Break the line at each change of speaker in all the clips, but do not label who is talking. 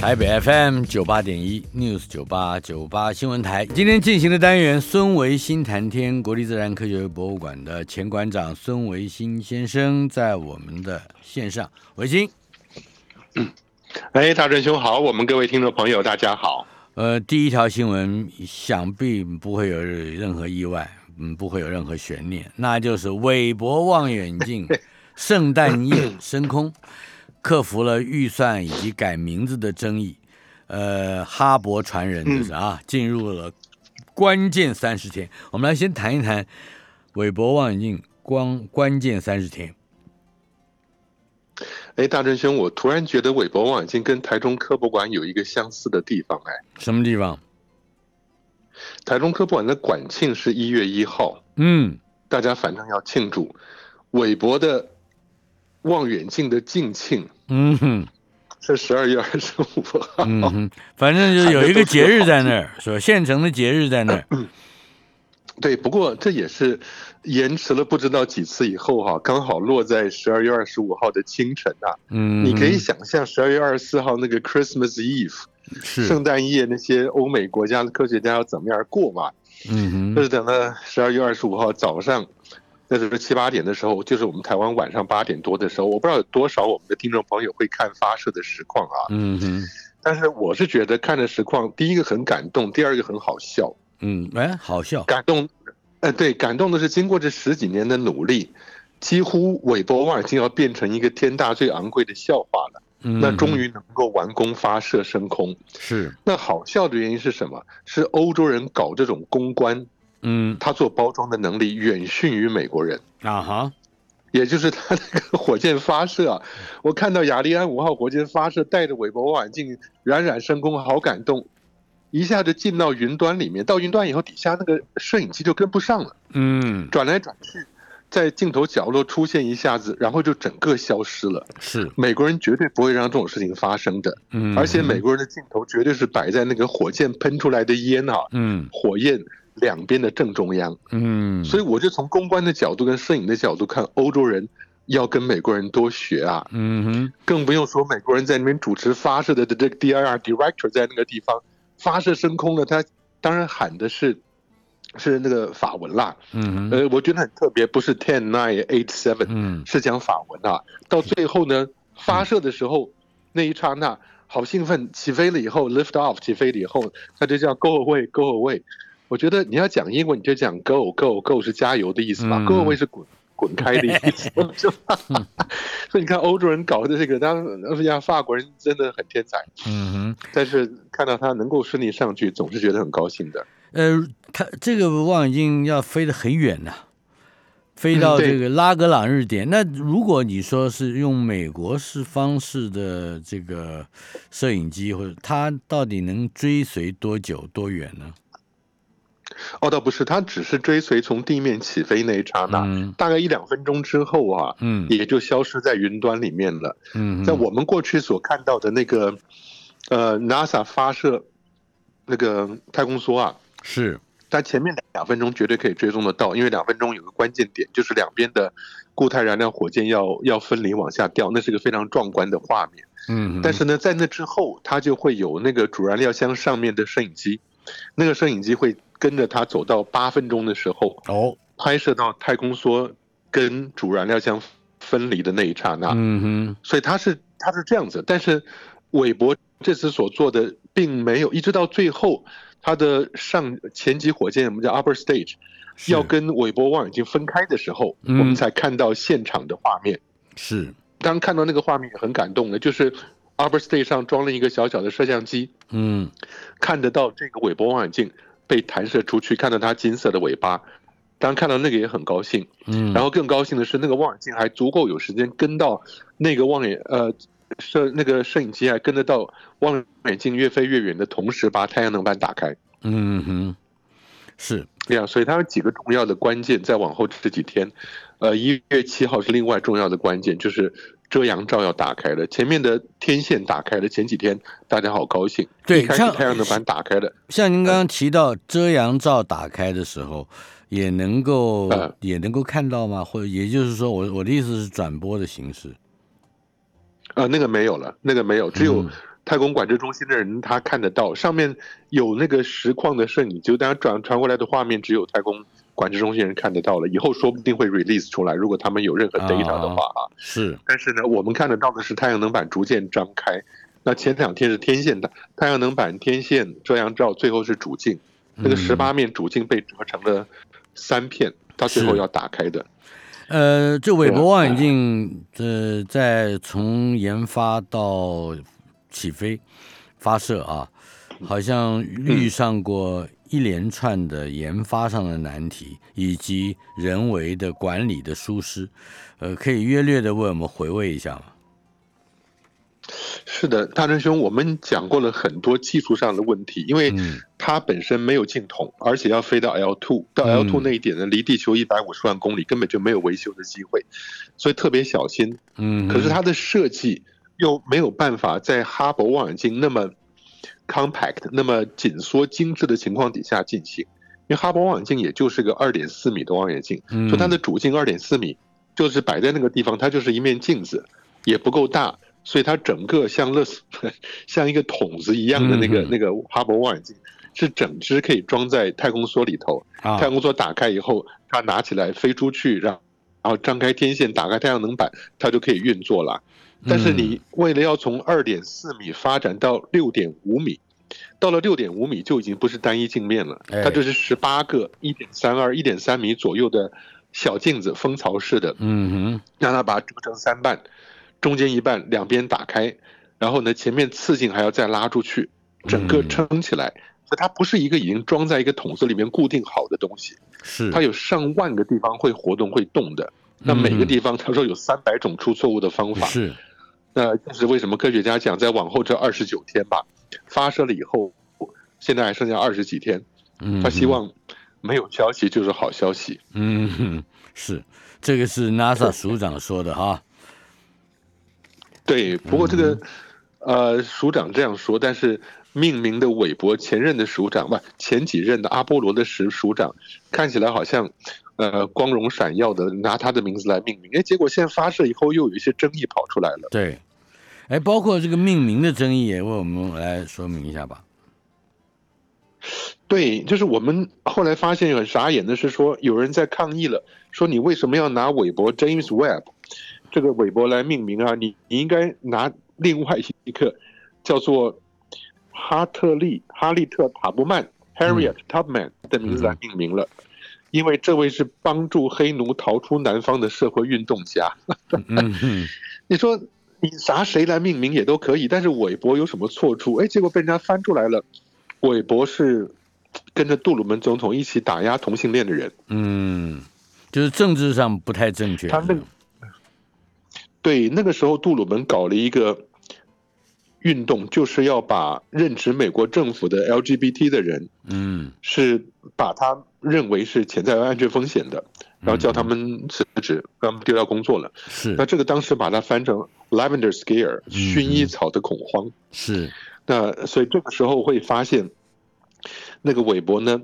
台北 FM 九八点一 News 九八九八新闻台，今天进行的单元，孙维新谈天，国立自然科学博物馆的前馆长孙维新先生在我们的线上，维新。
哎，大真兄好，我们各位听众朋友大家好。
呃，第一条新闻想必不会有任何意外，嗯，不会有任何悬念，那就是韦伯望远镜圣诞夜升空，克服了预算以及改名字的争议。呃，哈勃传人就是啊，进入了关键三十天。我们来先谈一谈韦伯望远镜光关键三十天。
哎，大真兄，我突然觉得韦伯望远镜跟台中科博馆有一个相似的地方。哎，
什么地方？
台中科博馆的馆庆是一月一号，
嗯，
大家反正要庆祝。韦伯的望远镜的敬庆
嗯哼，
是十二月二十五号。
嗯哼，反正就是有一个节日在那儿，说现成的节日在那儿。
对，不过这也是延迟了不知道几次以后哈、刚好落在十二月二十五号的清晨呐、
嗯，
你可以想象十二月二十四号那个 Christmas Eve，
是，
圣诞夜那些欧美国家的科学家要怎么样过嘛？
嗯
就
哼，
是等到十二月二十五号早上，那时候七八点的时候，就是我们台湾晚上八点多的时候，我不知道有多少我们的听众朋友会看发射的实况啊。
嗯哼，
但是我是觉得看着实况，第一个很感动，第二个很好笑。
嗯，哎，好笑，
感动，呃，对，感动的是经过这十几年的努力，几乎韦伯望远镜要变成一个天大最昂贵的笑话了。
嗯，
那终
于
于能够完工发射升空。
是，
那好笑的原因是什么？是欧洲人搞这种公关，
嗯，
他做包装的能力远逊于美国人。
啊哈，
也就是他那个火箭发射啊，我看到雅利安五号火箭发射带着韦伯望远镜冉冉升空，好感动，一下就进到云端里面。到云端以后，底下那个摄影机就跟不上了，
嗯，
转来转去，在镜头角落出现一下子，然后就整个消失了。
是，
美国人绝对不会让这种事情发生的，
嗯，
而且美，国人的镜头绝对是摆在那个火箭喷出来的烟啊，
嗯
火焰两边的正中央。
嗯，
所
以，
以我就从公关的角度跟摄影的角度看，欧洲人要跟美国人多学啊，
嗯哼，
更不用说美国人在那边主持发射的这个 DIR director 在那个地方发射升空了，他当然喊的是是那个法文啦，
嗯哼，
呃，我觉得很特别，不是 ten nine eight seven，
嗯
是讲法文啊。到最后呢，发射的时候那一刹那，好兴奋，起飞了以后，lift off 起飞了以后，那就叫 go away go away。我觉得你要讲英文，你就讲 go go go 是加油的意思嘛、
嗯
g o away 是滚滚开的意 思。就 所以你看欧洲人搞的这个，当然呀，法国人真的很天才，
嗯哼。
但是看到他能够顺利上去，总是觉得很高兴的。
呃，它这个望远镜要飞得很远呐、飞到
嗯对
这个拉格朗日点。那如果你说是用美国式方式的这个摄影机，或者它到底能追随多久、多远呢？
哦，倒不是，他只是追随从地面起飞那一刹那，
嗯
大概一两分钟之后啊，
嗯
也就消失在云端里面了。
嗯，
在我们过去所看到的那个，呃，NASA 发射那个太空梭啊，
是
它前面两分钟绝对可以追踪得到，因为两分钟有个关键点，就是两边的固态燃料火箭要要分离往下掉，那是个非常壮观的画面。
嗯，
但是呢，在那之后，它就会有那个主燃料箱上面的摄影机，那个摄影机会跟着它走到八分钟的时候，
哦，
拍摄到太空梭跟主燃料箱分离的那一刹那。
嗯哼，
所以它是它是这样子，但是韦伯这次所做的并没有，一直到最后，它的上前级火箭我们叫 upper stage
是
要跟韦伯望远镜分开的时候，
嗯
我们才看到现场的画面。
是
当看到那个画面也很感动的，就是 upper stage 上装了一个小小的摄像机，
嗯
看得到这个韦伯望远镜被弹射出去，看到它金色的尾巴。当然看到那个也很高兴，
嗯，
然
后
后更高兴的是，那个望远镜还足够有时间跟到那个望远呃摄那个摄影机啊还跟得到望远镜越飞越远的同时，把太阳能板打开。
嗯哼，是
这样，所以它有几个重要的关键，在往后这几天，呃，一月七号是另外重要的关键，就是遮阳罩要打开了，前面的天线打开了。前几天大家好高兴，
对
一开始
像
太阳能板嗯打开了，
像您刚刚提到遮阳罩打开的时候，也能够、
嗯
也能够看到吗？或者也就是说我，我的意思是转播的形式，
啊，那个没有了，那个没有，只有
嗯
太空管制中心的人他看得到，上面有那个实况的摄影机，大家转传过来的画面只有太空管制中心人看得到了，以后说不定会 release 出来，如果他们有任何
啊
data 的话啊。
是
但是呢，我们看得到的是太阳能板逐渐张开。那前两天是天线的太阳能板、天线、遮阳罩，最后是主镜，那个
嗯
十八面主镜被折成了三片，到最后
是
要打开的。
呃，这韦
对
伯
啊
望远镜，呃，在从研发到起飞、发射啊，好像遇上过一连串的研发上的难题，以及人为的管理的疏失。呃，可以约略的为我们回味一下吗？
是的，大真兄，我们讲过了很多技术上的问题，因为
嗯
它本身没有镜筒，而且要飞到 L two，到 L two
嗯
那一点呢，离地球一百五十万公里，根本就没有维修的机会，所以特别小心。
嗯，
可是它的设计又没有办法在哈勃望远镜那么 compact、那么紧缩、精致的情况底下进行，因为哈勃望远镜也就是个二点四米的望远镜，
嗯，
就它的主镜二点四米，就是摆在那个地方，它就是一面镜子，也不够大，所以它整个像乐死 像一个桶子一样的那个、
嗯
那个哈勃望远镜，是整只可以装在太空梭里头，
啊
太空梭打开以后，它拿起来飞出去，让然后张开天线，打开太阳能板，它就可以运作了。但
嗯
是你为了要从二点四米发展到六点五米，到了六点五米就已经不是单一镜面了，
哎
它就是十八个一点三二、一点三米左右的小镜子，蜂巢式的，
嗯哼，
让它把它折成三半，中间一半两边打开，然后呢前面次镜还要再拉出去，整个
嗯
撑起来。所以它不是一个已经装在一个桶子里面固定好的东西，
是
它有上万个地方会活动会动的。
嗯
那每个地方，他说有三百种出错误的方法，
是
那这是为什么科学家讲，在往后这二十九天吧，发射了以后，现在还剩下二十几天，
嗯
他希
哼
望没有消息就是好消息。
嗯哼是这个是 NASA 署长说的哈，
对，不过
嗯
这个，呃，署长这样说，但是命名的韦伯前任的署长不，前几任的阿波罗的时署长，看起来好像，呃，光荣闪耀的拿他的名字来命名，哎，结果现在发射以后又有一些争议跑出来了。
对，哎，包括这个命名的争议也为我们来说明一下吧。
对，就是我们后来发现很傻眼的是说，有人在抗议了，说你为什么要拿韦伯 James Webb 这个韦伯来命名啊？你你应该拿另外一个叫做哈特利哈利特塔布曼 Harriet Tubman 的名字来命名了。因为这位是帮助黑奴逃出南方的社会运动家，
嗯哼，
你说你拿谁来命名也都可以，但是韦伯有什么错处？哎，结果被人家翻出来了，韦伯是跟着杜鲁门总统一起打压同性恋的人。
嗯，就是政治上不太正确。
他那个对，那个时候杜鲁门搞了一个运动，就是要把任职美国政府的 LGBT 的人，
嗯
是把他认为是潜在安全风险的，然后叫他们辞职，让他们丢掉工作了。
是
那这个当时把它翻成 Lavender Scare，薰衣草的恐慌。
是
那所以这个时候会发现，那个韦伯呢，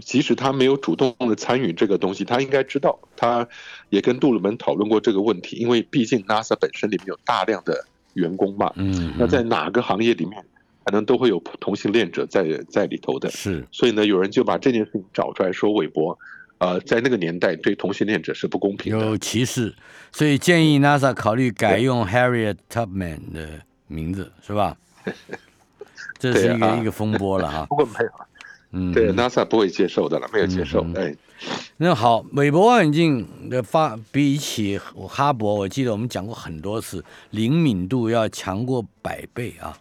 即使他没有主动的参与这个东西，他应该知道，他也跟杜鲁门讨论过这个问题，因为毕竟 NASA 本身里面有大量的员工嘛，
嗯哼，
那在哪个行业里面，可能都会有同性恋者在在里头的，
是
所以呢，有人就把这件事情找出来说韦伯。呃，在那个年代对同性恋者是不公平的。
有歧视，所以建议 NASA 考虑改用 Harriet Tubman 的名字，是 吧？这是一
对
个、
啊
一个风波了哈。
不过没有，
嗯，
对啊 NASA 不会接受的了，没有接受。
嗯
哎，
那好，韦伯望远镜的发比起哈勃，我记得我们讲过很多次，灵敏度要强过百倍啊。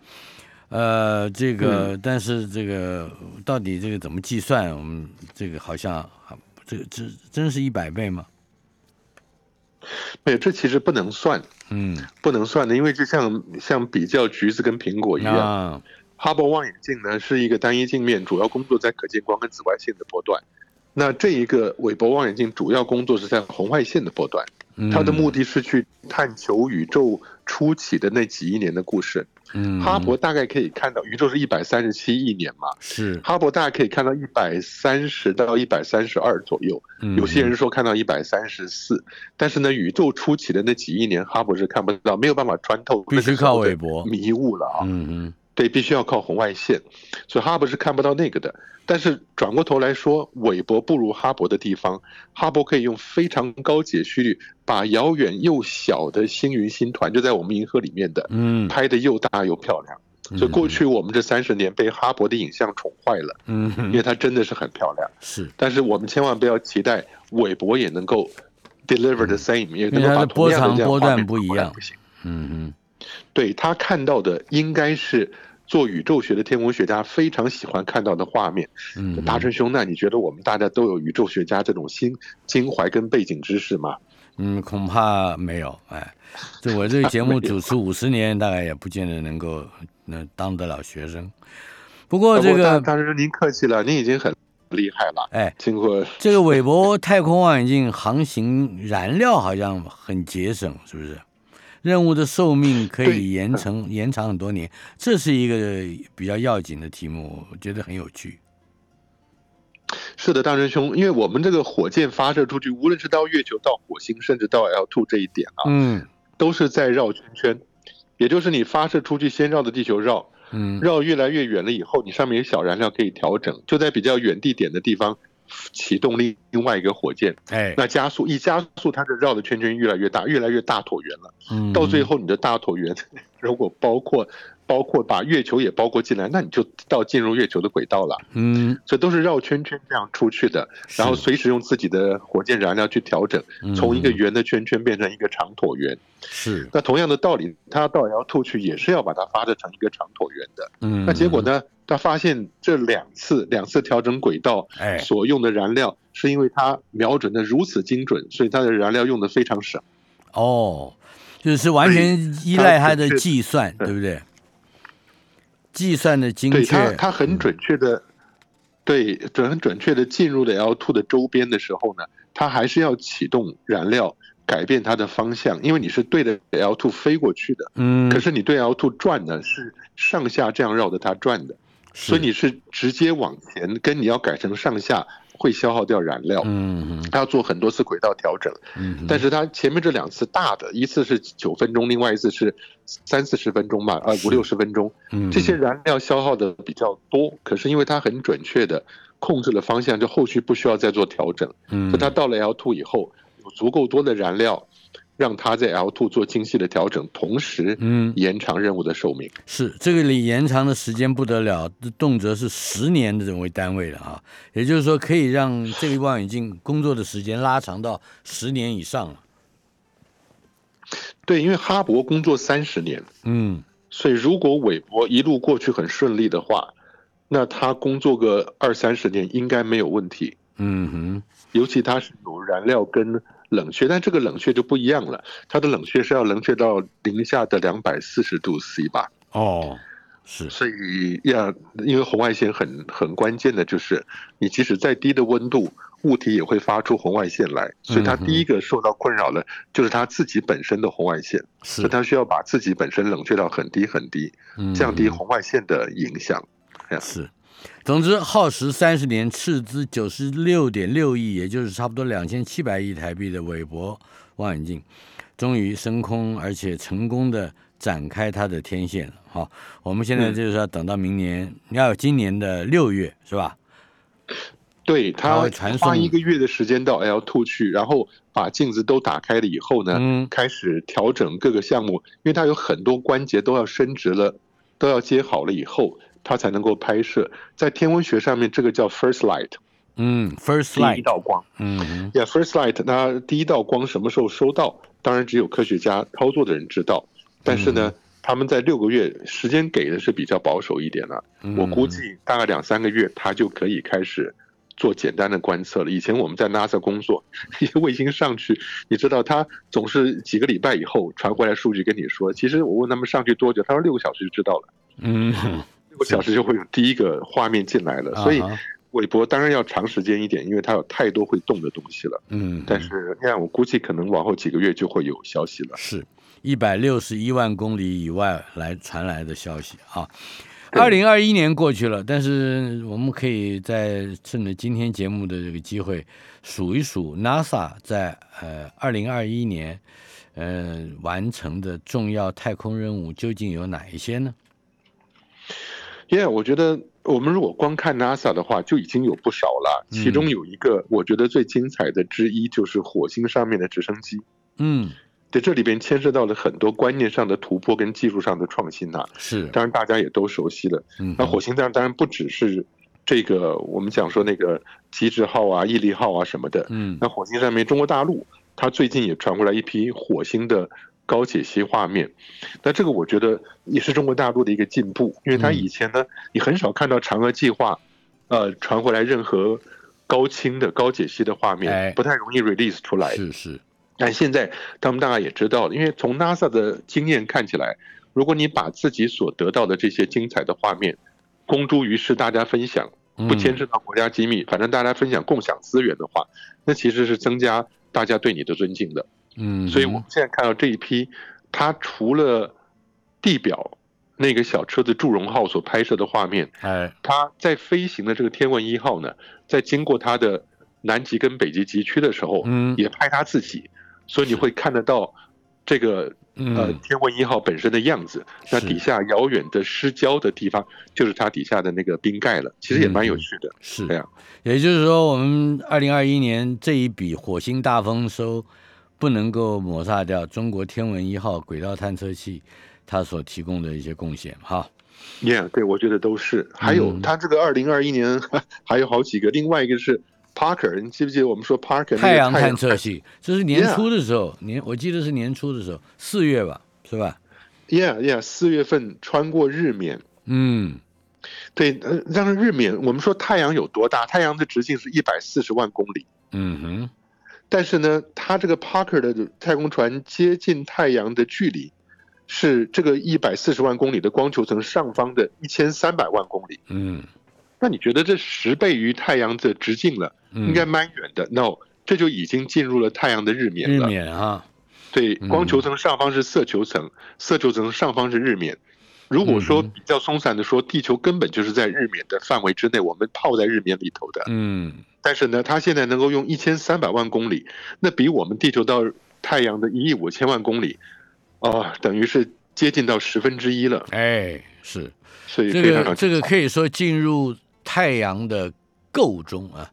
呃，这
嗯
个，但是这个到底这个怎么计算？我们这个好像，这个这真是一百倍吗？
哎对，这其实不能算，
嗯，
不能算的，因为就像像比较橘子跟苹果一样，
啊，
哈勃望远镜呢是一个单一镜面，主要工作在可见光跟紫外线的波段。那这一个韦伯望远镜主要工作是在红外线的波段，
嗯
它的目的是去探求宇宙初起的那几亿年的故事。
嗯
哈勃大概可以看到，宇宙是一百三十七亿年嘛，
是
哈勃大概可以看到一百三十到一百三十二左右，
嗯
有些人说看到一百三十四，但是呢，宇宙初期的那几亿年，哈勃是看不到，没有办法穿透，
必须靠韦伯
迷雾了啊。
嗯嗯
对，必须要靠红外线，所以哈勃是看不到那个的。但是转过头来说，韦伯不如哈勃的地方，哈勃可以用非常高解析率，把遥远又小的星云星团，就在我们银河里面的，
嗯，
拍得又大又漂亮。所以过去我们这三十年被哈勃的影像宠坏了，
嗯哼
因为它真的是很漂亮。
是，
但是我们千万不要期待韦伯也能够 deliver the same，也
因为
能
它的
够把
波
同样
长
的这样
波
画
段
面
不一
传过来
样
不行。
嗯
对他看到的应该是做宇宙学的天文学家非常喜欢看到的画面。
哼嗯
大
哼
春兄，那你觉得我们大家都有宇宙学家这种心襟怀跟背景知识吗？
嗯，恐怕没有哎，这我这个节目主 持五十年，大概也不见得能够能当得了学生。不过这
啊不过大
个
大春兄您客气了，您已经很厉害了。
哎，
经过
这个韦伯太空望远镜航行燃料好像很节省，是不是？任务的寿命可
对嗯
以延长延长很多年，这是一个比较要紧的题目，我觉得很有趣。
是的，大春兄，因为我们这个火箭发射出去，无论是到月球、到火星，甚至到 L two 这一点啊，
嗯
都是在绕圈圈，也就是你发射出去先绕着地球绕，
嗯
绕越来越远了以后，你上面有小燃料可以调整，就在比较远地点的地方启动另另外一个火箭，
哎，
那加速一加速，它就绕的圈圈越来越大，越来越大椭圆了。
嗯
到最后，你的大椭圆 如果包括包括把月球也包括进来，那你就到进入月球的轨道了。
嗯，
这都是绕圈圈这样出去的，然后
是
随时用自己的火箭燃料去调整，从一个
嗯
圆的圈圈变成一个长椭圆。
是
那同样的道理，它到 L two 去也是要把它发射成一个长椭圆的。
嗯，
那结果呢？他发现这两次两次调整轨道
哎
所用的燃料，是因为它瞄准的如此精准，所以它的燃料用的非常少。
哦，就是完全依赖他的
它准确
计算，对不对？计算的精
对它，
确，嗯
它很准确的，对准很准确的进入了 L two 的周边的时候呢，它还是要启动燃料，改变它的方向，因为你是对着 L two 飞过去的，
嗯，
可是你对 L two 转呢是上下这样绕着它转的，
是
所以你是直接往前，跟你要改成上下会消耗掉燃料。
嗯嗯
他要做很多次轨道调整，
嗯，
但
是
是他前面这两次大的，一次是九分钟，另外一次是三四十分钟吧，呃
是
五六十分钟，
嗯
这些燃料消耗的比较多，可是因为它很准确的控制了方向，就后续不需要再做调整。
嗯
所以它到了 L two 以后，有足够多的燃料，让它在 L two 做精细的调整，同时
嗯
延长任务的寿命。
是这个里延长的时间不得了，动辄是十年的这种为单位的啊，也就是说可以让这个望远镜工作的时间拉长到十年以上了。
对，因为哈勃工作三十年，
嗯
所以如果韦伯一路过去很顺利的话，那他工作个二三十年应该没有问题。
嗯哼，
尤其它是有燃料跟冷却，但这个冷却就不一样了，它的冷却是要冷却到零下的两百四十度 C 吧，
哦，是
所以要因为红外线很很关键的就是，你即使再低的温度，物体也会发出红外线来，所以它
嗯哼
第一个受到困扰的就是它自己本身的红外线，所以
是，
它需要把自己本身冷却到很低很低，降低
嗯
红外线的影响。
是，总之耗时三十年，斥资九十六点六亿，也就是差不多两千七百亿台币的韦伯望远镜，终于升空，而且成功的展开它的天线了。哈、我们现在
嗯
就是要等到明年，要有今年的六月是吧？
对
它
它
会传
花
送
一个月的时间到 L two 去，然后把镜子都打开了以后呢，
嗯
开始调整各个项目，因为它有很多关节都要伸直了，都要接好了以后，它才能够拍摄。在天文学上面，这个叫 first light，
嗯，first
第一
light，
道光。
嗯哼
Yeah，first light，那第一道光什么时候收到？当然只有科学家操作的人知道。但是
嗯
呢，他们在六个月时间给的是比较保守一点了、
嗯
我估计大概两三个月，它就可以开始做简单的观测了。以前我们在 NASA 工作， 一些卫星上去，你知道它总是几个礼拜以后传回来数据跟你说。其实我问他们上去多久，他说六个小时就知道了，
嗯，
六个小时就会有第一个画面进来了。所以
啊哈
韦伯当然要长时间一点，因为它有太多会动的东西了。
嗯，
但是那样我估计可能往后几个月就会有消息了。
是一百六十一万公里以外来传来的消息啊。二
对
零二一年过去了，但是我们可以在趁着今天节目的这个机会，数一数 NASA 在呃二零二一年呃完成的重要太空任务究竟有哪一些呢？
因为我觉得我们如果光看 NASA 的话，就已经有不少了。
嗯
其中有一个我觉得最精彩的之一就是火星上面的直升机，
嗯，
在这里边牵涉到了很多观念上的突破跟技术上的创新呐、
是，
当然大家也都熟悉了。
嗯
那火星当然当然不只是这个，我们讲说那个机智号啊、毅力号啊什么的。
嗯
那火星上面中国大陆，它最近也传过来一批火星的高解析画面。那这个我觉得也是中国大陆的一个进步，因为它
嗯
以前呢，你很少看到嫦娥计划，呃，传回来任何高清的高解析的画
哎
面，不太容易 release 出来。
是是，
但现在他们大概也知道了，因为从 NASA 的经验看起来，如果你把自己所得到的这些精彩的画面公诸于世，大家分享，不牵
嗯
涉到国家机密，反正大家分享共享资源的话，那其实是增加大家对你的尊敬的。
嗯，
所以我们现在看到这一批，它除了地表那个小车子祝融号所拍摄的画面，
哎
它在飞行的这个天问一号呢，在经过它的南极跟北极极区的时候，
嗯
也拍它自己，所以你会看得到这个呃
嗯
天问一号本身的样子。那
是
底下遥远的失焦的地方，就是它底下的那个冰盖了，其实
嗯
也蛮有趣的。
是
这样
也就是说，我们二零二一年这一笔火星大丰收不能够抹杀掉中国天文一号轨道探测器它所提供的一些贡献哈。
Yeah，对，我觉得都是。还有
嗯
它这个二零二一年 还有好几个，另外一个是 Parker，你记不记得我们说 Parker 那个
太阳探
探
测器，这是年初的时候，年我记得是年初的时候，四月吧，是吧？
？Yeah Yeah，四月份穿过日冕。
嗯，
对，呃，但是日冕，我们说太阳有多大？太阳的直径是一百四十万公里，
嗯哼，
但是呢，它这个 Parker 的太空船接近太阳的距离是这个一百四十万公里的光球层上方的一千三百万公里。
嗯，
那你觉得这十倍于太阳的直径了，
嗯
应该蛮远的。No，这就已经进入了太阳的日冕
日
了。
冕哈，
对，
嗯
光球层上方是色球层，色球层上方是日冕。如果说
嗯
比较松散的说，地球根本就是在日冕的范围之内，我们泡在日冕里头的。
嗯
但是呢，它现在能够用一千三百万公里，那比我们地球到太阳的一亿五千万公里，哦，等于是接近到十分之一了，
哎，是
所以
这
非常
个
常
这个可以说进入太阳的构中啊，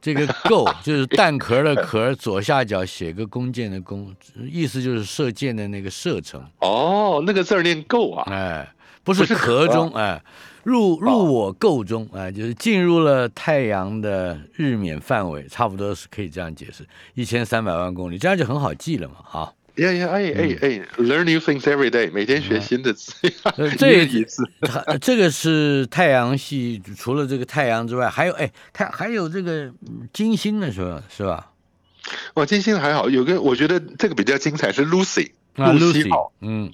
这个构 就是蛋壳的壳，左下角写个弓箭的弓，意思就是射箭的那个射程。
哦，那个字儿念够啊，
哎，不是
不是
壳
壳哦
中，哎，入入我构中，哎，就是进入了太阳的日冕范围，差不多是可以这样解释，一千三百万公里，这样就很好记了嘛，啊，
呀呀，哎哎哎，learn new things every day，每天学新的词，
嗯 呃
一
这
日一次，
它呃这个是太阳系，除了这个太阳之外，还有哎，它还有这个嗯金星呢，是吧？是吧？
哦，金星还好，有个我觉得这个比较精彩是 Lucy，
啊
露西
，Lucy，
号
嗯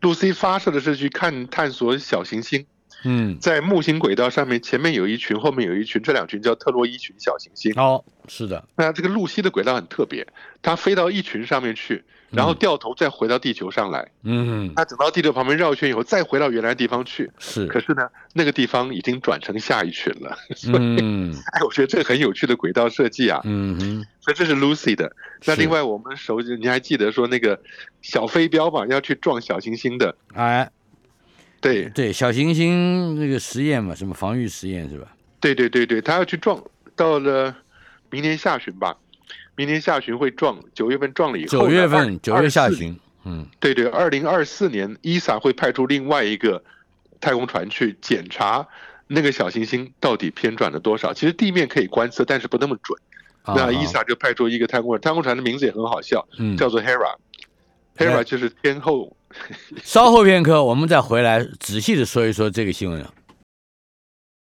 Lucy 发射的是去看探索小行星，
嗯，
在木星轨道上面，前面有一群，后面有一群，这两群叫特洛伊群小行星。
哦，是的，
那这个露西的轨道很特别，它飞到一群上面去，然后掉头再回到地球上来。
嗯，
它等到地球旁边绕一圈以后，再回到原来地方去。
是，
可是呢，那个地方已经转成下一群了。
嗯
哎，我觉得这很有趣的轨道设计啊。
嗯哼，
所以这是 Lucy 的。那
是
另外，我们熟悉，你还记得说那个小飞镖嘛，要去撞小行星的。
哎，
对，
对，小行星那个实验嘛，什么防御实验是吧？
对对对对，他要去撞，到了明年下旬吧，明年下旬会撞，九月份撞了以后呢，
九月份，
20
九月下，旬，嗯
对对，二零二四年，ESA 会派出另外一个太空船去检查那个小行星到底偏转了多少。其实地面可以观测，但是不那么准。
啊
那
好
ESA 就派出一个太空船，太空船的名字也很好笑，
嗯，
叫做 Hera。
哎
Hera 就是天后
稍后片刻，我们再回来仔细的说一说这个新闻啊。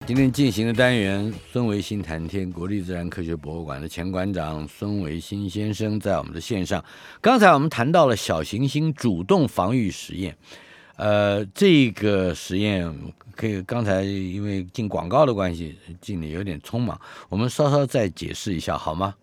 今天进行的单元“孙维新谈天”，国立自然科学博物馆的前馆长孙维新先生在我们的线上。刚才我们谈到了小行星主动防御实验，呃，这个实验可以刚才因为进广告的关系进的有点匆忙，我们稍稍再解释一下好吗？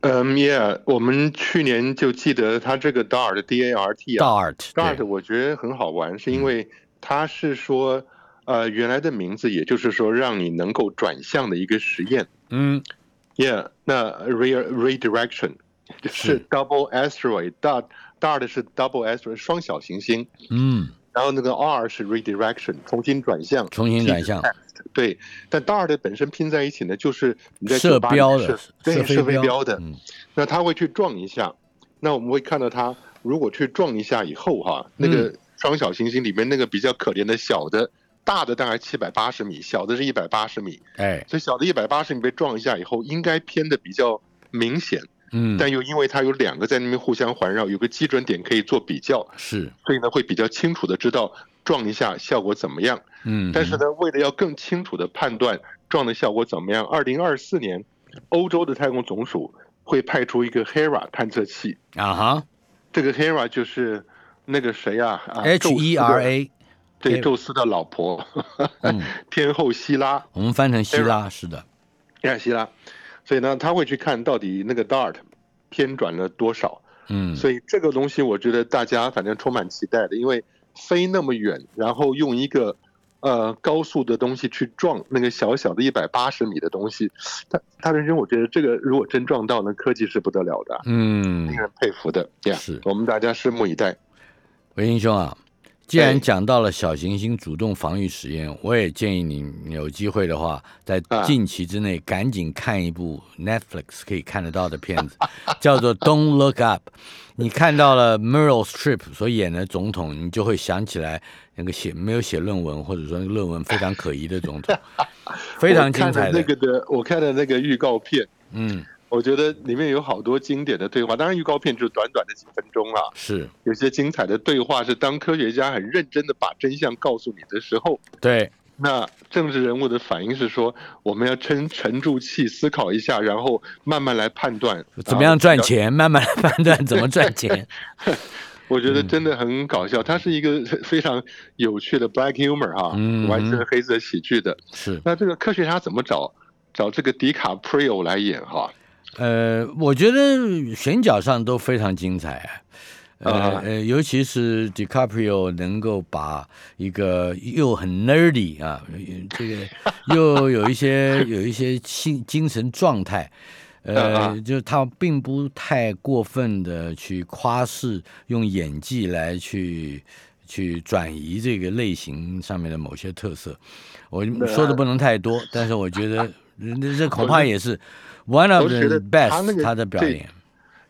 嗯，Yeah，我们去年就记得它这个 DART D A R T 啊
大 art，对
，DART 我觉得很好玩，是因为它是说，呃，原来的名字也就是说让你能够转向的一个实验
嗯，
，Yeah，那 re redirection 就是
是
double asteroid dart dart 是 double asteroid 双小行星，
嗯，
然后那个 R 是 redirection 重新转向，
重新转向，
哎对，但 DART 本身拼在一起呢，就是你在
射
酒吧里
标
面
的
射，对
射
射
飞
飞
镖
镖的，
嗯
那它会去撞一下，那我们会看到它如果去撞一下以后哈、那
嗯
个双小行星里面那个比较可怜的小的。大的大概七百八十米，小的是一百八十米，
哎，
所以小的一百八十米被撞一下以后，应该偏的比较明显，
嗯，
但又因为它有两个在那边互相环绕，有个基准点可以做比较，
是，
所以呢会比较清楚的知道撞一下效果怎么样。
嗯，
但是呢，为了要更清楚的判断撞的效果怎么样，二零二四年，欧洲的太空总署会派出一个 HERA 探测器。
啊哈
这个 HERA 就是那个谁啊啊
，H E R A，
宙斯的对
Hera
宙斯的老婆，
嗯，
天后希拉，
我们翻成希拉，是的，
亚希拉。所以呢，他会去看到底那个 DART 偏转了多少。
嗯，
所以这个东西，我觉得大家反正充满期待的，因为飞那么远，然后用一个呃高速的东西去撞那个小小的一百八十米的东西，他他人生，我觉得这个如果真撞到，那科技是不得了的，
嗯
令，人佩服的。对呀，
是
我们大家拭目以待。
维英兄啊，既然
哎
讲到了小行星主动防御实验，我也建议你有机会的话，在
啊
近期之内赶紧看一部 Netflix 可以看得到的片子， 叫做《Don't Look Up》。你看到了 Meryl Streep 所演的总统，你就会想起来那个写没有写论文，或者说那个论文非常可疑的总 统，非常精彩的。
我看了那个的，我看了那个预告片，
嗯，
我觉得里面有好多经典的对话，当然预告片就短短的几分钟啊，
是
有些精彩的对话是当科学家很认真的把真相告诉你的时候。
对，
那政治人物的反应是说，我们要沉沉住气，思考一下，然后慢慢来判断
怎么样赚。
啊
钱，慢慢来判断怎么赚 钱。
我
嗯
觉得真的很搞笑，它是一个非常有趣的 black humor 哈、
嗯
完全黑色喜剧的。
是。
那这个科学家怎么找找这个迪卡 prio 来演哈、
呃，我觉得选角上都非常精彩啊。呃
啊
呃，尤其是 DiCaprio 能够把一个又很 nerdy 啊，呃这 个又有一些有一些精精神状态，
啊
呃，就是他并不太过分的去夸饰，用演技来去去转移这个类型上面的某些特色。我
啊
说的不能太多，但是我觉 得这这恐怕也是 one of
我觉
the
得他那
best
个
他的表
对
演。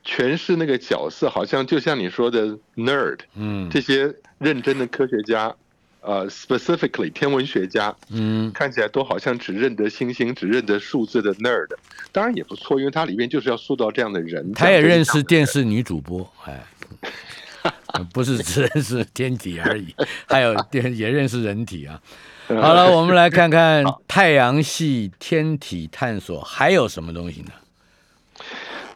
诠释那个角色，好像就像你说的 nerd，
嗯
这些认真的科学家，呃，specifically 天文学家，
嗯，
看起来都好像只认得星星、只认得数字的 nerd，当然也不错，因为它里面就是要塑造这样的人。
他也
这样的
认识电视女主播，哎，不 是只认识天体而已，还有电也认识人体啊。
嗯呃
好 了，我们来看看太阳系天体探索还有什么东西呢？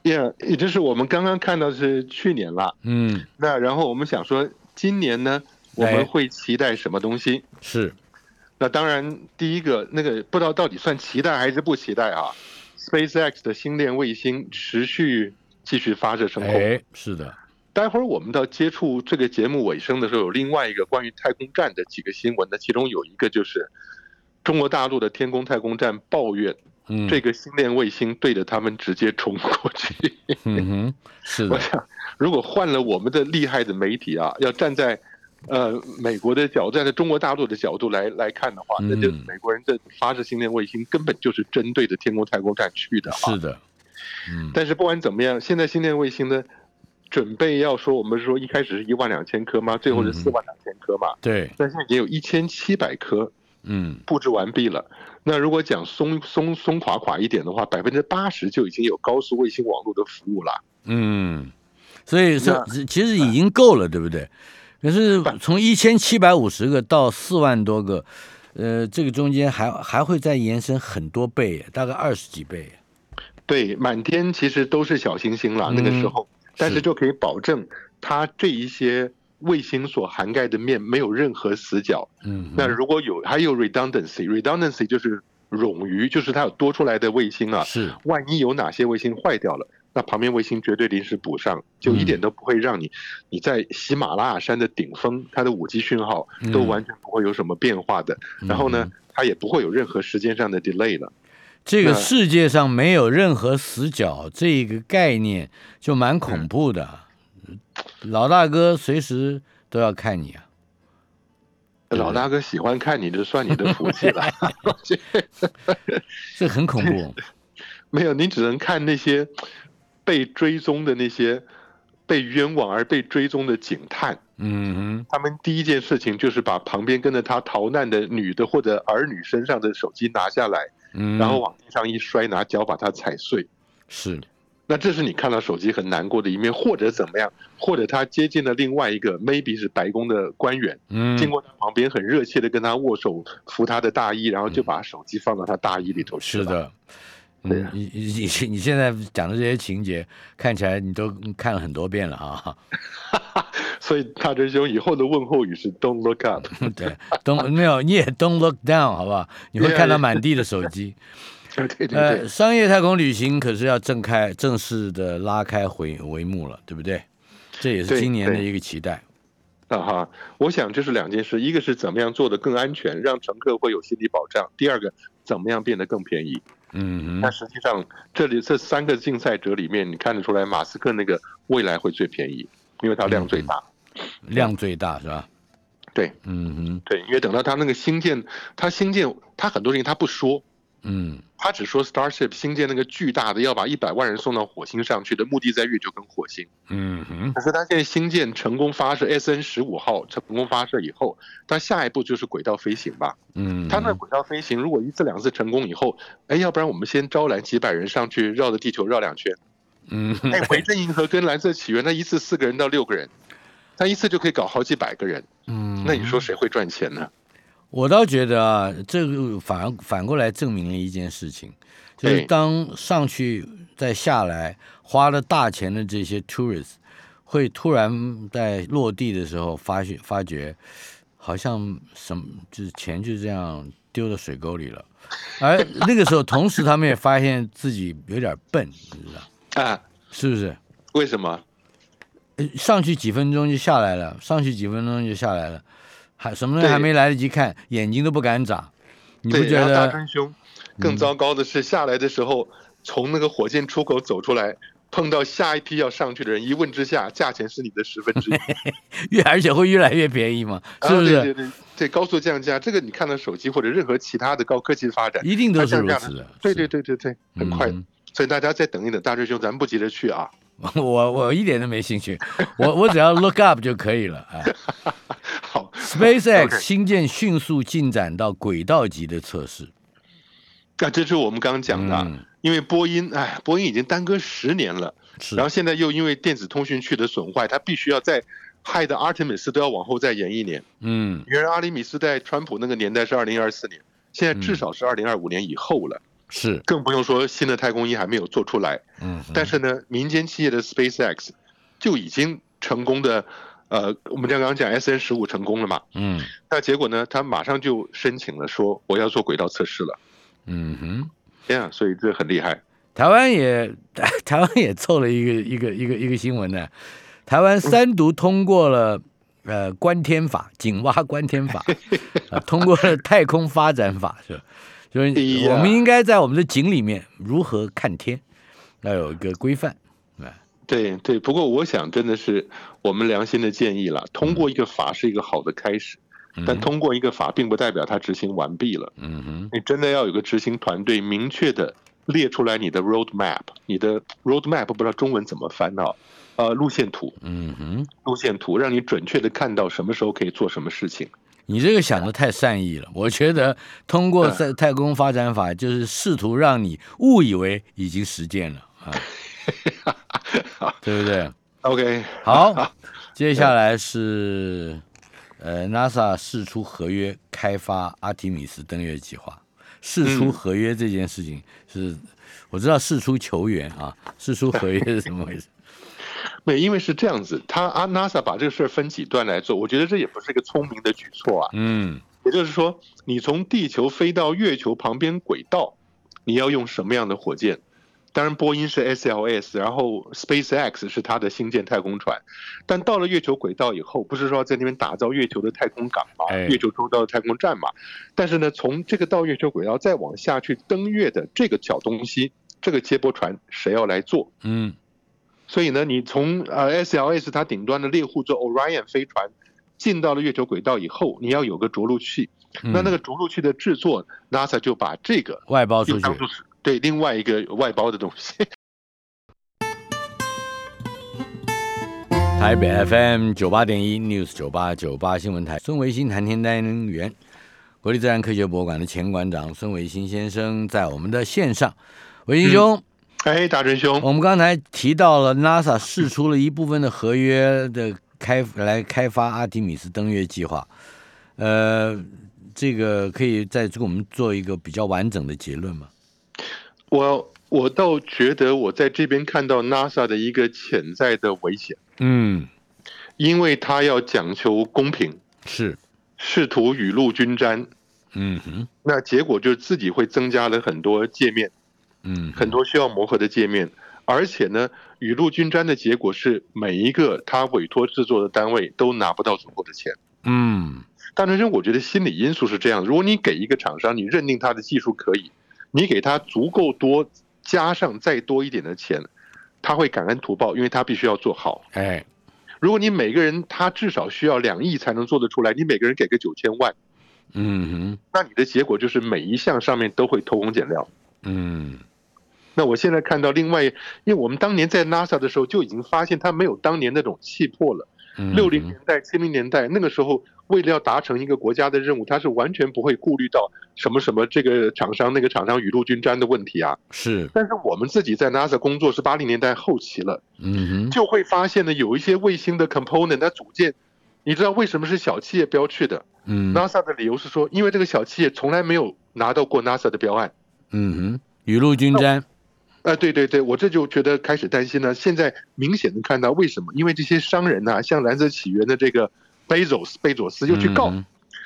，yeah，也就是我们刚刚看到是去年啦。
嗯，
那然后我们想说，今年呢，我
哎
们会期待什么东西？
是
那当然，第一个那个不知道到底算期待还是不期待啊，SpaceX 的星链卫星持续继续发射升空。
哎，是的，
待会儿我们到接触这个节目尾声的时候，有另外一个关于太空站的几个新闻呢，其中有一个就是中国大陆的天宫太空站抱怨
嗯，
这个星链卫星对着他们直接冲过去。
嗯哼，是
我
的，
想，如果换了我们的厉害的媒体啊，要站在呃美国的角度，站在中国大陆的角度来来看的话，那就
嗯
美国人的发射星链卫星根本就是针对着天宫太空站去的啊。
是的，嗯，
但是不管怎么样，现在星链卫星呢，准备要说，我们说一开始是一万两千颗嘛，最后是
嗯
四万两千颗嘛，
对，
但现在已经有一千七百颗
嗯，
布置完毕了。那如果讲松松松垮垮一点的话，百分之八十就已经有高速卫星网络的服务了。
嗯，所以是
那哎
是其实已经够了，对不对？可是从一千七百五十个到四万多个，呃，这个中间还还会再延伸很多倍，大概二十几倍。
对，满天
嗯
其实都是小行星了，那个时候，但是就可以保证它这一些卫星所涵盖的面没有任何死角。
嗯哼，
那如果有还有 redundancy，redundancy 就是冗余，就是它有多出来的卫星啊，
是
万一有哪些卫星坏掉了，那旁边卫星绝对临时补上，就一
嗯
点都不会让你、你在喜马拉雅山的顶峰，它的五 G 讯号都
嗯
完全不会有什么变化的。然后呢，它也不会有任何时间上的 delay 了。
这个
那
世界上没有任何死角这个概念，就蛮恐怖的。老大哥随时都要看你啊！对
老大哥喜欢看你，这算你的福气了。
这很恐怖。
没有，你只能看那些被追踪的那些被冤枉而被追踪的警探。
嗯
他们第一件事情就是把旁边跟着他逃难的女的或者儿女身上的手机拿下来，
哼，嗯，
然后往地上一摔，拿脚把它踩碎。
是
那这是你看到手机很难过的一面，或者怎么样，或者他接近了另外一个 maybe 是白宫的官员，
嗯，
经过他旁边很热切的跟他握手，扶他的大衣，然后就把手机放到他大衣里头
嗯
去
是
了。，
的。
对啊
嗯，你你你你现在讲的这些情节，看起来你都看了很多遍了啊。
所以大真兄以后的问候语是 Don't look up。
对，don't 没有，你也 don't look down，好不好？你会
Yeah,
看到
yeah.
满地的手机。
对啊 对对
呃，商业太空旅行可是要正开正式的拉开回帷幕了，对不对？这也是
对
今年的
对
一个期待。
啊哈，我想这是两件事，一个是怎么样做的更安全，让乘客会有心理保障；第二个怎么样变得更便宜。
嗯
那
哼，
实际上，这里这三个竞赛者里面，你看得出来，马斯克那个未来会最便宜，因为它量最大。
量最大是吧？
对
嗯哼，
对，因为等到他那个星舰，他星舰，他很多事情他不说，
嗯
他只说 Starship 星舰那个巨大的要把一百万人送到火星上去的目的在月球跟火星。
嗯哼，
可是他现在星舰成功发射 SN 十五号成功发射以后，他下一步就是轨道飞行吧？
嗯哼，
他那轨道飞行如果一次两次成功以后，哎，要不然我们先招揽几百人上去绕着地球绕两圈。
嗯哼
哎，维珍银河跟蓝色起源，那一次四个人到六个人，他一次就可以搞好几百个人，
嗯，
那你说谁会赚钱呢？
我倒觉得啊，这个反而反过来证明了一件事情，就是
对
当上去再下来花了大钱的这些 tourists，会突然在落地的时候发现发觉，好像什么就是钱就这样丢到水沟里了，而那个时候同时他们也发现自己有点笨，你知道
啊，
是不是？
为什么？
呃上去几分钟就下来了，上去几分钟就下来了，还什么东西
对
还没来得及看，眼睛都不敢眨。你不
对，
觉
然后
得 嗯
大真兄更糟糕的是，下来的时候从那个火箭出口走出来，碰到下一批要上去的人，一问之下，价钱是你的十分之一，
越而且会越来越便宜嘛，
啊
是不
对对
是？
对，对高速降价，这个你看到手机或者任何其他的高科技发展，
一定都是如
它降价
此的。
对对
是，
对对对，很快。
嗯
所以大家再等一等，大追兄，咱们不急着去啊。
我我一点都没兴趣，我我只要 look up 就可以了 啊。
好，
SpaceX
OK
新建迅速进展到轨道级的测试，
那这是我们刚刚讲的啊，
嗯
因为波音，哎，波音已经耽搁十年了，
是
然后现在又因为电子通讯器的损坏，它必须要再害的阿尔忒米斯都要往后再延一年。
嗯
原来阿里米斯在川普那个年代是二零二四年，现在
嗯
至少是二零二五年以后了，
是
更不用说新的太空衣还没有做出来。
嗯
但是呢，民间企业的 SpaceX 就已经成功的，呃，我们刚刚讲 SN 十五成功了嘛，
嗯
那结果呢，他马上就申请了，说我要做轨道测试了。
嗯哼，
这样，所以这很厉害。
台湾也台湾也凑了一个一个一个一个新闻呢，台湾三读通过了。呃，观天法、井蛙观天 法，啊，通过了太空发展法是吧，所以
哎呀
我们应该在我们的井里面如何看天，要有一个规范。
对对，不过我想真的是我们良心的建议了。通过一个法是一个好的开始，但通过一个法并不代表它执行完毕了。
嗯哼，
你真的要有个执行团队，明确的列出来你的 road map，你的 road map 不知道中文怎么翻啊？呃，路线图，
嗯哼，
路线图让你准确的看到什么时候可以做什么事情。
你这个想的太善意了。我觉得通过
嗯
在太空发展法，就是试图让你误以为已经实践了啊， 对不对？
OK，
好，接下来是呃，NASA 释出合约开发阿提米斯登月计划。释出
嗯
合约这件事 情是，我知道释出球员啊，释出合约是怎么回事？
没，因为是这样子，他啊 NASA 把这个事儿分几段来做，我觉得这也不是一个聪明的举措啊。
嗯
也就是说，你从地球飞到月球旁边轨道，你要用什么样的火箭？当然，波音是 SLS，然后 SpaceX 是它的星舰太空船。但到了月球轨道以后，不是说要在那边打造月球的太空港嘛，
哎
月球周遭的太空站嘛？但是呢，从这个到月球轨道再往下去登月的这个小东西，这个接驳船谁要来做？
嗯
所以呢，你从呃 SLS 它顶端的猎户座 Orion 飞船进到了月球轨道以后，你要有个着陆器。
嗯
那那个着陆器的制作，NASA 就把这个
外包
又
出去
当，做是对另外一个外包的东西。
台北 FM 九八点一 News 九八九八新闻台，孙维新谈天单元，国立自然科学博物馆的前馆长孙维新先生在我们的线上，维新兄。
哎，大真兄，
我们刚才提到了 NASA 试出了一部分的合约的开来开发阿提米斯登月计划，呃，这个可以再给我们做一个比较完整的结论吗？
我我倒觉得我在这边看到 NASA 的一个潜在的危险，
嗯，
因为它要讲求公平，
是，
试图雨露均沾，
嗯哼，
那结果就是自己会增加了很多界面。
嗯哼，
很多需要磨合的界面，而且呢，雨露均沾的结果是每一个他委托制作的单位都拿不到足够的钱。
嗯
大学生，我觉得心理因素是这样：如果你给一个厂商，你认定他的技术可以，你给他足够多，加上再多一点的钱，他会感恩图报，因为他必须要做好。
哎，
如果你每个人他至少需要两亿才能做得出来，你每个人给个九千万，
嗯哼，
那你的结果就是每一项上面都会偷工减料。
嗯
那我现在看到另外，因为我们当年在 NASA 的时候就已经发现它没有当年那种气魄了。
嗯，
六零年代、七零年代那个时候，为了要达成一个国家的任务，它是完全不会顾虑到什么什么这个厂商、那个厂商雨露均沾的问题啊。
是，
但是我们自己在 NASA 工作是八零年代后期了，
嗯哼，
就会发现呢，有一些卫星的 component 它组件，你知道为什么是小企业标去的
嗯
？NASA 的理由是说，因为这个小企业从来没有拿到过 NASA 的标案。
嗯哼，雨露均沾，
啊，对对对，我这就觉得开始担心了。现在明显的看到为什么？因为这些商人呐、像蓝色起源的这个贝佐斯，贝佐斯又去告，
嗯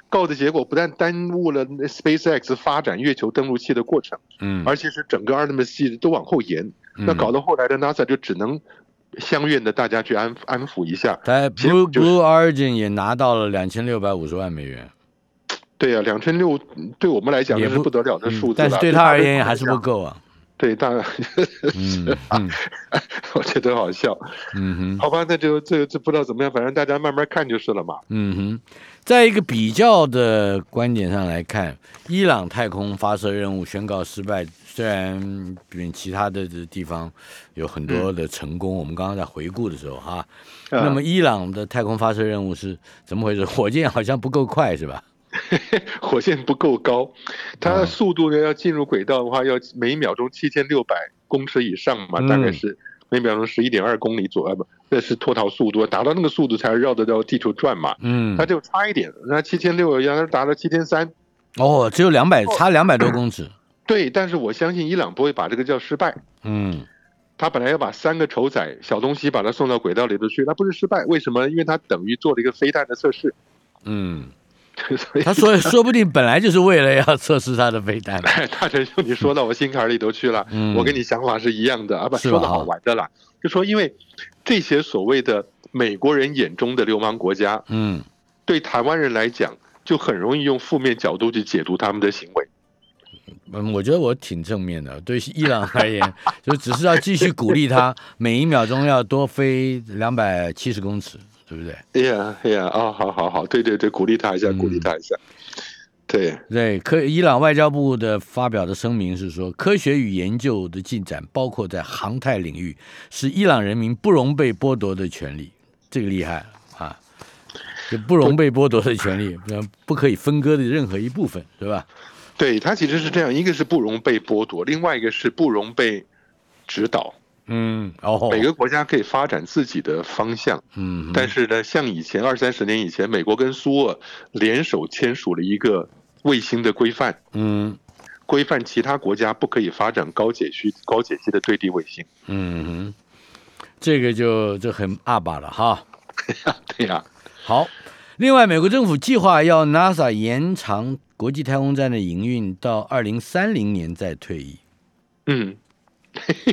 告的结果不但耽误了 SpaceX 发展月球登陆器的过程，
嗯，
而且是整个 Artemis 系都往后延。
嗯
那搞到后来的 NASA 就只能相愿的大家去安抚安抚一下。
台
结
Blue
果就是
Blue Origin 也拿到了两千六百五十万美元，
对啊，两千六对我们来讲
也
那是
不
不得了的
嗯
数字、了，啊
但是对他而言还是不够啊。
对大，
嗯嗯
我觉得好笑。
嗯哼，
好吧，那就这这不知道怎么样，反正大家慢慢看就是了嘛。
嗯哼，在一个比较的观点上来看，伊朗太空发射任务宣告失败，虽然比其他的地方有很多的成功，我们刚刚在回顾的时候哈，
啊
那么伊朗的太空发射任务是怎么回事？火箭好像不够快是吧？
火箭不够高，它
啊
的速度呢要进入轨道的话，要每秒钟七千六百公尺以上嘛，
嗯
大概是每秒钟十一点二公里左右吧，那是脱逃速度，达到那个速度才绕得到地球转嘛。
嗯
它，就差一点，那七千六要是达到七千三，
哦，只有两百，差两百多公尺。
对，但是我相信伊朗不会把这个叫失败。
嗯
他本来要把三个丑仔小东西把它送到轨道里头去，那不是失败，为什么？因为他等于做了一个飞弹的测试，
嗯，
所以
他说说不定本来就是为了要测试他的飞弹。
大陈兄，你说到我心坎儿里头去了。
嗯，
我跟你想法是一样的啊，不
是
说
吧
的好玩的啦，就说因为这些所谓的美国人眼中的流氓国家，
嗯
对台湾人来讲，就很容易用负面角度去解读他们的行为。
嗯，我觉得我挺正面的。对伊朗而言，就只是要继续鼓励他，每一秒钟要多飞两百七十公尺，对不对？
哎呀哎呀啊，好好好，对对对，鼓励他一下，鼓
嗯
励他一下。对，
对，科伊朗外交部的发表的声明是说，科学与研究的进展，包括在航太领域，是伊朗人民不容被剥夺的权利。这个厉害啊！就不容被剥夺的权利，不不可以分割的任何一部分，是吧？
对他其实是这样，一个是不容被剥夺，另外一个是不容被指导。
嗯，哦，
每个国家可以发展自己的方向，
嗯，
但是呢，像以前二三十年以前，美国跟苏俄联手签署了一个卫星的规范。
嗯
规范其他国家不可以发展高解区、高解析的对地卫星。
嗯哼，这个就这很阿巴了哈。
对呀、
好，另外，美国政府计划要 NASA 延长国际太空站的营运到二零三零年再退 役。
嗯，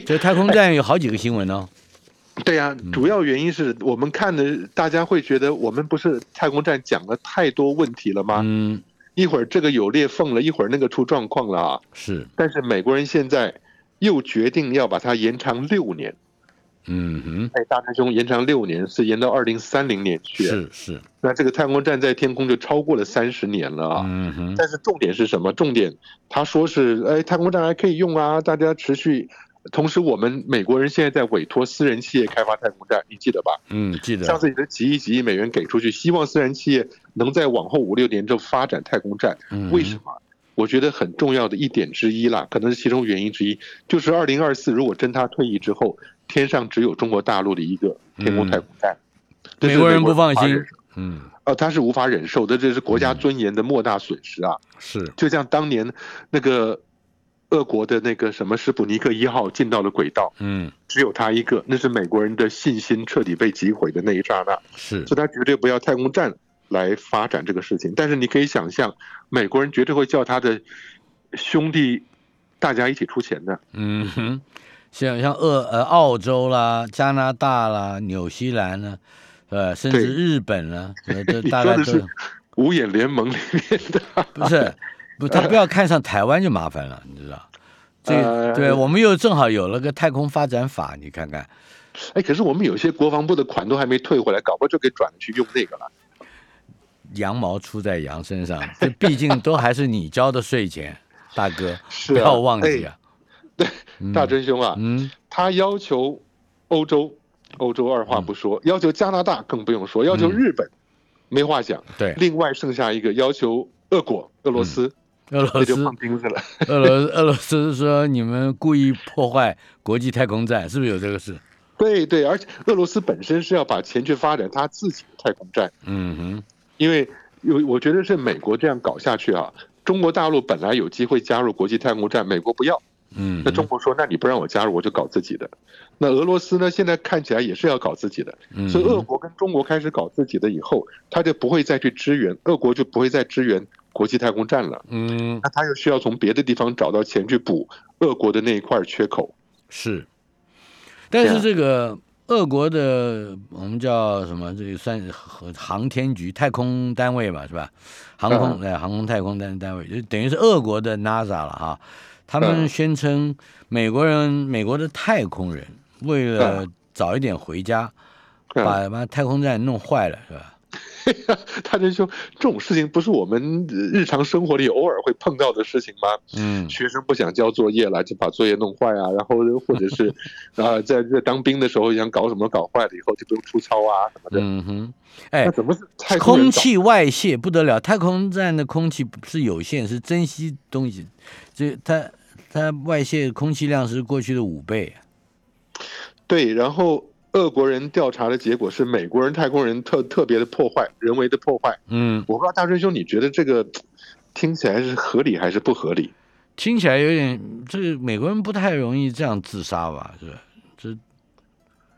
这太空站有好几个新闻哦。
对呀、主要原因是我们看的，大家会觉得我们不是太空站讲了太多问题了吗？
嗯，
一会儿这个有裂缝了，一会儿那个出状况了啊。
是，
但是美国人现在又决定要把它延长六年，
嗯哼，
哎，大师兄延长六年是延到二零三零年去，
是是，
那这个太空站在天空就超过了三十年了啊。
嗯哼，
但是重点是什么？重点他说是，哎，太空站还可以用啊，大家持续。同时，我们美国人现在在委托私人企业开发太空站，你记得吧？
嗯，记
上
得，
次也是几亿几亿美元给出去，希望私人企业能在往后五六年就发展太空站。
嗯哼
为什么？我觉得很重要的一点之一啦，可能是其中原因之一，就是二零二四如果真他退役之后，天上只有中国大陆的一个天空太空站，这是
嗯美国人不放
无法忍
心
受，
嗯，
呃，他是无法忍受的，这是国家尊严的莫大损失啊！
是，
就像当年那个俄国的那个什么史普尼克一号进到了轨道，
嗯，
只有他一个，那是美国人的信心彻底被击毁的那一刹那。
是
所以，他绝对不要太空站来发展这个事情。但是你可以想象，美国人绝对会叫他的兄弟大家一起出钱的。
嗯哼，像像澳呃澳洲啦、加拿大啦、纽西兰啦，呃，甚至
对
日本啦，呃这
你
大
说
概
的
都
是五眼联盟里面的，
不是， 不，他不要看上台湾就麻烦了，你知道。这个
呃
对我们又正好有了个太空发展法，你看看，
哎，可是我们有些国防部的款都还没退回来，搞不好就给转去用那个了。
羊毛出在羊身 上，这毕竟都还是你交的税钱，大哥，
是
不
啊
要忘记啊。嗯
大真兄啊，
嗯，
他要求欧洲，欧洲二话不说，要求加拿大更不用说，要求
嗯哎
日本，没话讲。
对，
另外剩下一个要求俄国、俄罗斯，
嗯俄
那
罗
就
斯
放， 钉子了。
俄罗俄罗斯说你们故意破坏国际太空站，是不是有这个事？
对对，而且俄罗斯本身是要把钱去发展他自己的太空站，
嗯哼，
因为有我觉得是美国这样搞下去啊，中国大陆本来有机会加入国际太空站，美国不要，
嗯
那中
哼，
国说那你不让我加入，我就搞自己的。那俄罗斯呢，现在看起来也是要搞自己的，
嗯
所以俄
哼，
国跟中国开始搞自己的以后，他就不会再去支援，俄国就不会再支援国际太空站了。
嗯，
那他又需要从别的地方找到钱去补俄国的那一块缺口。
是，但是
对啊
这个俄国的我们叫什么？这个算是航航天局太空单位吧，是吧？航
嗯
空哎，航空太空单单位就等于是俄国的 NASA 了哈。他们
嗯
宣称美国人，美国的太空人为了早一点回家，
嗯
把把太空站弄坏了，是吧？
大真兄，这种事情不是我们呃日常生活里偶尔会碰到的事情吗？
嗯，
学生不想交作业了，就把作业弄坏啊，然后或者 是，啊、在在当兵的时候想搞什么搞坏了以后就不用出操啊什么的。
嗯哼，
那
哎，
怎么是太空人
空
搞
气外泄不得了，太空站的空气是有限，是珍稀东西，这它它外泄空气量是过去的五倍。啊
对，然后俄国人调查的结果是美国人太空人特特别的破坏，人为的破坏。
嗯，
我不知道大真兄，你觉得这个听起来是合理还是不合理？
听起来有点，这个美国人不太容易这样自杀吧？是吧？这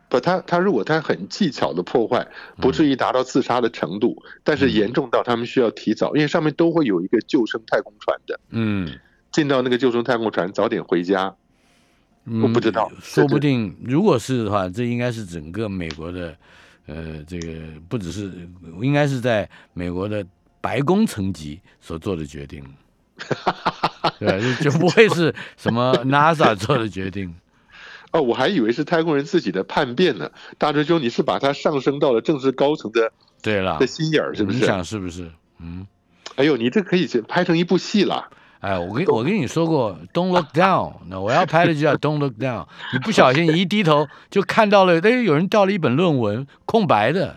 不，他他如果他很技巧的破坏，不
嗯
至于达到自杀的程度，但是严重到他们需要提早，因为上面都会有一个救生太空船的，
嗯，
进到那个救生太空船，早点回家。
嗯
我不知道
说不定如果是的话，这应该是整个美国的，呃，这个不只是应该是在美国的白宫层级所做的决 定，对吧，就就不会是什么 NASA 做的决定。
哦，我还以为是太空人自己的叛变呢。大追兄，你是把它上升到了政治高层的
对了
的，心眼儿，是不
你
是？
想是不是？嗯，
哎呦，你这可以拍成一部戏啦！
哎，我跟我跟你说过，Don't look down。那我要拍的就叫 Don't look down。你不小心一低头就看到了，哎，有人掉了一本论文，空白的。